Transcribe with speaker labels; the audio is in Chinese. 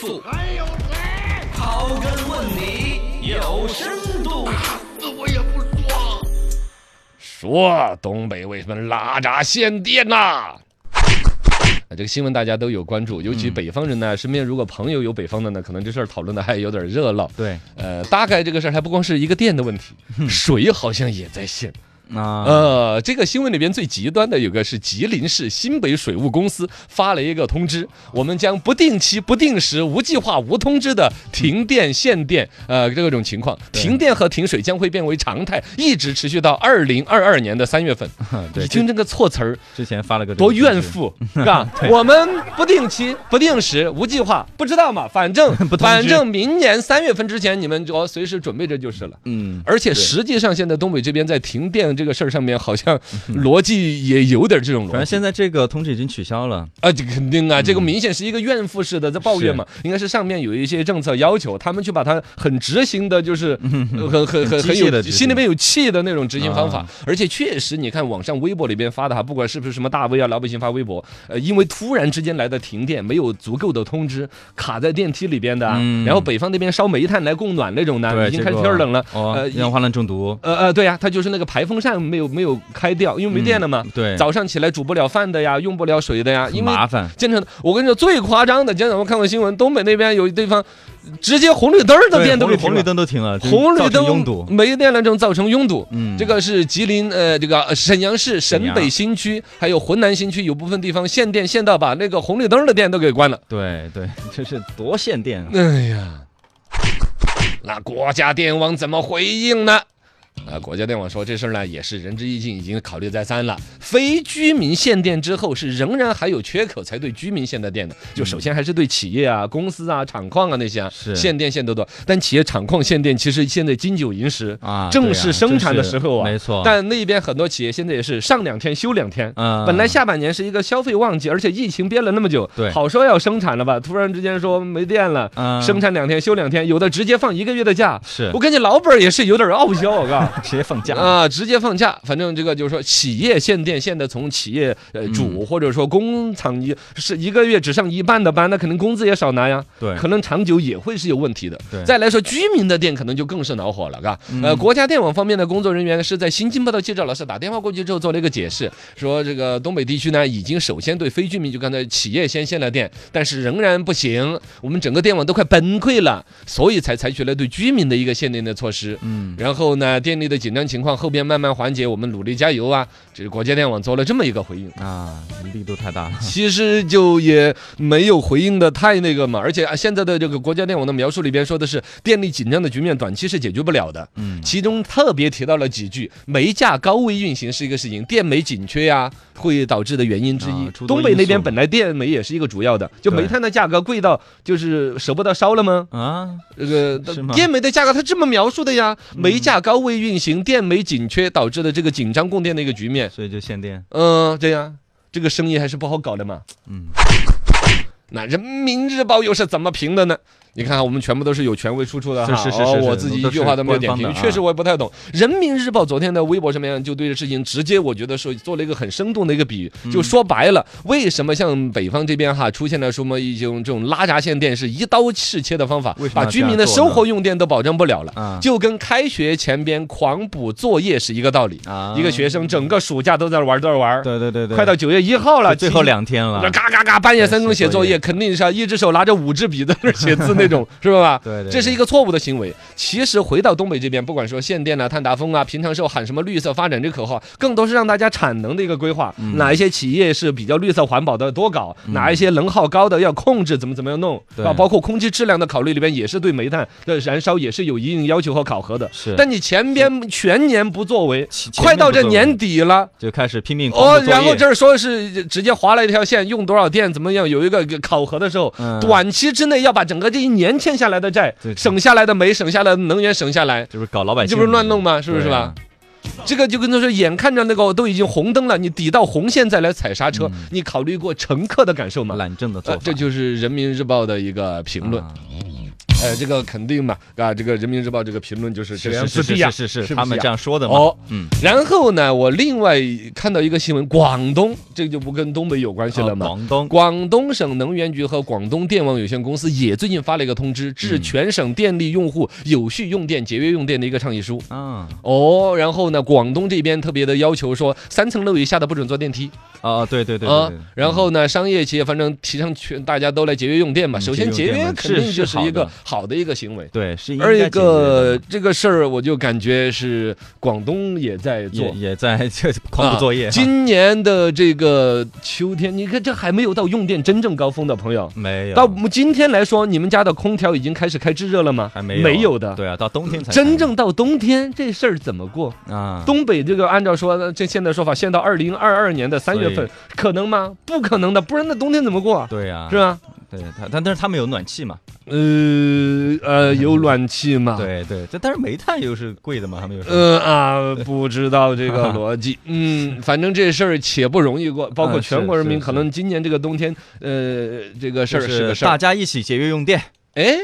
Speaker 1: 富，还有谁？刨根问底有深度。
Speaker 2: 死我也不说。
Speaker 3: 说东北为什么拉闸限电呐、啊这个新闻大家都有关注，尤其北方人呢，身边如果朋友有北方的呢，可能这事儿讨论的还有点热闹。
Speaker 1: 对
Speaker 3: 呃，大概这个事儿还不光是一个电的问题，水好像也在限。
Speaker 1: 啊，
Speaker 3: 呃，这个新闻里边最极端的有个是吉林市新北水务公司发了一个通知，我们将不定期、不定时、无计划、无通知的停电、限电，呃，这种情况，
Speaker 1: 对
Speaker 3: 停电和停水将会变为常态，一直持续到二零二二年的三月份。
Speaker 1: 对，
Speaker 3: 你听这个措辞儿
Speaker 1: 之前发了个这个
Speaker 3: 多
Speaker 1: 通
Speaker 3: 怨
Speaker 1: 知，
Speaker 3: 妇，是吧？我们不定期、 不定时、无计划，不知道嘛，反正
Speaker 1: 不通知
Speaker 3: 反正明年三月份之前，你们就随时准备着就是了。
Speaker 1: 嗯，
Speaker 3: 而且实际上，现在东北这边在停电这个事儿上面，好像逻辑也有点这种
Speaker 1: 嗯反
Speaker 3: 逻
Speaker 1: 正
Speaker 3: 辑。
Speaker 1: 现在这个通知已经取消了，
Speaker 3: 啊，这肯定啊，
Speaker 1: 嗯
Speaker 3: 这个明显是一个怨妇式的在抱怨嘛，应该是上面有一些政策要求，他们去把它很执行的，就是呃很很很
Speaker 1: 嗯机
Speaker 3: 很
Speaker 1: 械地
Speaker 3: 有
Speaker 1: 执行
Speaker 3: 心里面有气的那种执行方法
Speaker 1: 啊。
Speaker 3: 而且确实，你看网上微博里边发的哈，不管是不是什么大 V 啊、老百姓发微博，呃，因为突然之间来的停电，没有足够的通知，卡在电梯里边的啊
Speaker 1: 嗯，
Speaker 3: 然后北方那边烧煤炭来供暖那种呢，
Speaker 1: 对，
Speaker 3: 啊已经
Speaker 1: 结
Speaker 3: 开始
Speaker 1: 果
Speaker 3: 天儿冷了，
Speaker 1: 哦
Speaker 3: 呃
Speaker 1: 一氧化碳中毒，
Speaker 3: 呃呃，对呀、它就是那个排风扇没有没有开掉，因为没电了嘛。
Speaker 1: 嗯对，
Speaker 3: 早上起来煮不了饭的呀，用不了水的呀，
Speaker 1: 很
Speaker 3: 因为
Speaker 1: 麻烦，
Speaker 3: 经常我跟你说最夸张的，经常我看过新闻，东北那边有一地方直接红绿灯儿的
Speaker 1: 对
Speaker 3: 电都
Speaker 1: 红绿
Speaker 3: 给
Speaker 1: 红
Speaker 3: 停
Speaker 1: 绿
Speaker 3: 了，
Speaker 1: 灯都停了，就
Speaker 3: 红
Speaker 1: 造
Speaker 3: 绿
Speaker 1: 成
Speaker 3: 灯
Speaker 1: 拥堵，
Speaker 3: 没电了，这种造成拥堵。
Speaker 1: 嗯，
Speaker 3: 这个是吉林呃，这个沈阳市沈北新区，还有浑南新区，有部分地方限电限到把那个红绿灯的电都给关了。
Speaker 1: 对对， 这是多限电啊！
Speaker 3: 哎呀，那国家电网怎么回应呢？啊，国家电网说这事儿呢也是仁至义尽，已经考虑再三了。非居民限电之后是仍然还有缺口才对居民限的电的，就首先还是对企业啊、公司啊、厂矿啊那些啊
Speaker 1: 是
Speaker 3: 限电限得多。但企业厂矿限电其实现在经久银时，
Speaker 1: 啊，
Speaker 3: 正
Speaker 1: 对
Speaker 3: 是
Speaker 1: 啊
Speaker 3: 生
Speaker 1: 正
Speaker 3: 产的
Speaker 1: 是
Speaker 3: 时候啊
Speaker 1: 没错。
Speaker 3: 但那边很多企业现在也是上两天休两天。
Speaker 1: 嗯，
Speaker 3: 本来下半年是一个消费旺季，而且疫情憋了那么久，
Speaker 1: 对
Speaker 3: 好说要生产了吧，突然之间说没电了，
Speaker 1: 嗯
Speaker 3: 生产两天休两天，有的直接放一个月的假。
Speaker 1: 是
Speaker 3: 我跟你老板儿也是有点傲娇，我告
Speaker 1: 直接放假了，
Speaker 3: 啊，直接放假。反正这个就是说，企业限电，现在从企业呃
Speaker 1: 嗯
Speaker 3: 主或者说工厂一是一个月只上一半的班，那肯定工资也少拿呀，
Speaker 1: 对，
Speaker 3: 可能长久也会是有问题的。
Speaker 1: 对嗯
Speaker 3: 再来说居民的电，可能就更是恼火了，嘎。呃，国家电网方面的工作人员是在新京报的记者老师打电话过去之后做了一个解释，说这个东北地区呢已经首先对非居民，就刚才企业先限了电，但是仍然不行，我们整个电网都快崩溃了，所以才采取了对居民的一个限电的措施。
Speaker 1: 嗯，
Speaker 3: 然后呢，电力的紧张情况后边慢慢缓解，我们努力加油啊！这是国家电网做了这么一个回应。
Speaker 1: 啊，力度太大了，
Speaker 3: 其实就也没有回应的太那个嘛，而且啊，现在的这个国家电网的描述里边说的是电力紧张的局面短期是解决不了的，
Speaker 1: 嗯
Speaker 3: 其中特别提到了几句煤价高位运行是一个事情，电煤紧缺呀、会导致的原因之
Speaker 1: 啊
Speaker 3: 一。
Speaker 1: 诸多
Speaker 3: 东北那
Speaker 1: 因
Speaker 3: 边
Speaker 1: 素
Speaker 3: 本来电煤也是一个主要的，就
Speaker 1: 对
Speaker 3: 煤炭的价格贵到就是舍不得烧了吗？
Speaker 1: 啊，
Speaker 3: 这个
Speaker 1: 是吗嗯
Speaker 3: 电煤的价格，它这么描述的呀，煤价高位运行，电煤紧缺导致的这个紧张供电的一个局面。
Speaker 1: 所以就限电，
Speaker 3: 嗯，对呀，这个生意还是不好搞的嘛。
Speaker 1: 嗯，
Speaker 3: 那《人民日报》又是怎么评的呢？你看，我们全部都是有权威出处的哈，
Speaker 1: 是是是
Speaker 3: 哦
Speaker 1: 是是
Speaker 3: 我自己一句话都没有点
Speaker 1: 都是
Speaker 3: 评，
Speaker 1: 官方的啊
Speaker 3: 确实我也不太懂。《人民日报》昨天的微博上面就对这事情直接，我觉得是做了一个很生动的一个比喻，
Speaker 1: 嗯
Speaker 3: 就说白了，为什么像北方这边哈出现了什么一种这种拉闸限电是一刀是切的方法
Speaker 1: 为什，么
Speaker 3: 把
Speaker 1: 要
Speaker 3: 居
Speaker 1: 这
Speaker 3: 民
Speaker 1: 样
Speaker 3: 的
Speaker 1: 做
Speaker 3: 生
Speaker 1: 呢
Speaker 3: 活用电都保证不了了。
Speaker 1: 啊
Speaker 3: 就跟开学前边狂补作业是一个道理，
Speaker 1: 啊
Speaker 3: 一个学生整个暑假都在玩，都在玩，
Speaker 1: 对对对对，
Speaker 3: 快到九月一号了，
Speaker 1: 最
Speaker 3: 期
Speaker 1: 后两天了
Speaker 3: 那，嘎嘎嘎，半夜三更写作业，肯定是啊一只手拿着五支笔在那儿写字那 种，是吧？
Speaker 1: 对对对
Speaker 3: 这是一个错误的行为。其实回到东北这边，不管说限电啊、碳达峰啊，平常时候喊什么绿色发展这口号，更多是让大家产能的一个规划。
Speaker 1: 嗯
Speaker 3: 哪一些企业是比较绿色环保的，多搞；哪一些能耗高的要控制，怎么怎么样弄
Speaker 1: 对
Speaker 3: 啊？包括空气质量的考虑里边，也是对煤炭的燃烧也是有一定要求和考核的。
Speaker 1: 是，
Speaker 3: 但你前边全年不作为，
Speaker 1: 其前
Speaker 3: 快
Speaker 1: 面
Speaker 3: 到
Speaker 1: 不
Speaker 3: 这
Speaker 1: 作为
Speaker 3: 年底了。
Speaker 1: 就开始拼命狂
Speaker 3: 哦，
Speaker 1: 补作
Speaker 3: 然后
Speaker 1: 业
Speaker 3: 这儿说是直接划了一条线，用多少电怎么样？有一个考核的时候，
Speaker 1: 嗯
Speaker 3: 短期之内要把整个这一年欠下来的债
Speaker 1: 对、对
Speaker 3: 省下来的煤、省下来的能源省下来，
Speaker 1: 这不是搞老百姓，
Speaker 3: 这不是乱弄吗？是不是
Speaker 1: 对
Speaker 3: 吧
Speaker 1: 啊？？
Speaker 3: 这个就跟他说，眼看着那个都已经红灯了，你抵到红线再来踩刹车，你考虑过乘客的感受吗？
Speaker 1: 嗯懒政的做
Speaker 3: 呃
Speaker 1: 法，
Speaker 3: 这就是人民日报的一个评论。
Speaker 1: 啊
Speaker 3: 呃，这个肯定嘛，啊，这个人民日报这个评论就是这样自
Speaker 1: 是是
Speaker 3: 闭
Speaker 1: 是
Speaker 3: 呀，
Speaker 1: 是是
Speaker 3: 是
Speaker 1: 是，
Speaker 3: 不
Speaker 1: 他们
Speaker 3: 呀
Speaker 1: 这样说的嘛。
Speaker 3: 哦
Speaker 1: 嗯，
Speaker 3: 然后呢，我另外看到一个新闻，广东这就不跟东北有关系了
Speaker 1: 啊
Speaker 3: 嘛。
Speaker 1: 广东
Speaker 3: 广东省能源局和广东电网有限公司也最近发了一个通知，致全省电力用户有序用电、节约用电的一个倡议书。
Speaker 1: 啊
Speaker 3: 哦，然后呢，广东这边特别的要求说，三层楼以下的不准坐电梯
Speaker 1: 啊，对对对对
Speaker 3: 啊
Speaker 1: 对。
Speaker 3: 然后呢，商业企业反正提倡全大家都来节约用电嘛。
Speaker 1: 嗯
Speaker 3: 首先节
Speaker 1: 节约用电
Speaker 3: 约
Speaker 1: 嘛
Speaker 3: 肯定
Speaker 1: 是
Speaker 3: 就是
Speaker 1: 是
Speaker 3: 一
Speaker 1: 好
Speaker 3: 个
Speaker 1: 的
Speaker 3: 好的一个行为。
Speaker 1: 对是应该
Speaker 3: 而一
Speaker 1: 解决的
Speaker 3: 个这个事儿，我就感觉是广东也在做
Speaker 1: 也。也在 这狂
Speaker 3: 啊
Speaker 1: 布作业哈。
Speaker 3: 今年的这个秋天，你看这还没有到用电真正高峰的朋友。
Speaker 1: 没有
Speaker 3: 到我们今天来说，你们家的空调已经开始开制热了吗？
Speaker 1: 还没有
Speaker 3: 没有的。
Speaker 1: 对啊，到冬天才
Speaker 3: 真正到冬天这事儿怎么过？
Speaker 1: 啊，
Speaker 3: 东北这个按照说这现在说法，限到二零二二年的三月
Speaker 1: 所
Speaker 3: 份
Speaker 1: 以，
Speaker 3: 可能吗？不可能的，不然那冬天怎么过啊？
Speaker 1: 对啊，
Speaker 3: 是吧？
Speaker 1: 对他，但但是他们有暖气嘛？
Speaker 3: 呃呃，有暖气嘛？。
Speaker 1: 对对，这但是煤炭又是贵的嘛，他们又说。
Speaker 3: 呃啊，不知道这个逻 辑。嗯，反正这事儿且不容易过，包括
Speaker 1: 嗯是
Speaker 3: 全国人民
Speaker 1: 是
Speaker 3: 可能今年这个冬天，呃，这个事儿
Speaker 1: 就是
Speaker 3: 个事
Speaker 1: 大
Speaker 3: 儿。
Speaker 1: 家一起节约用电，
Speaker 3: 哎，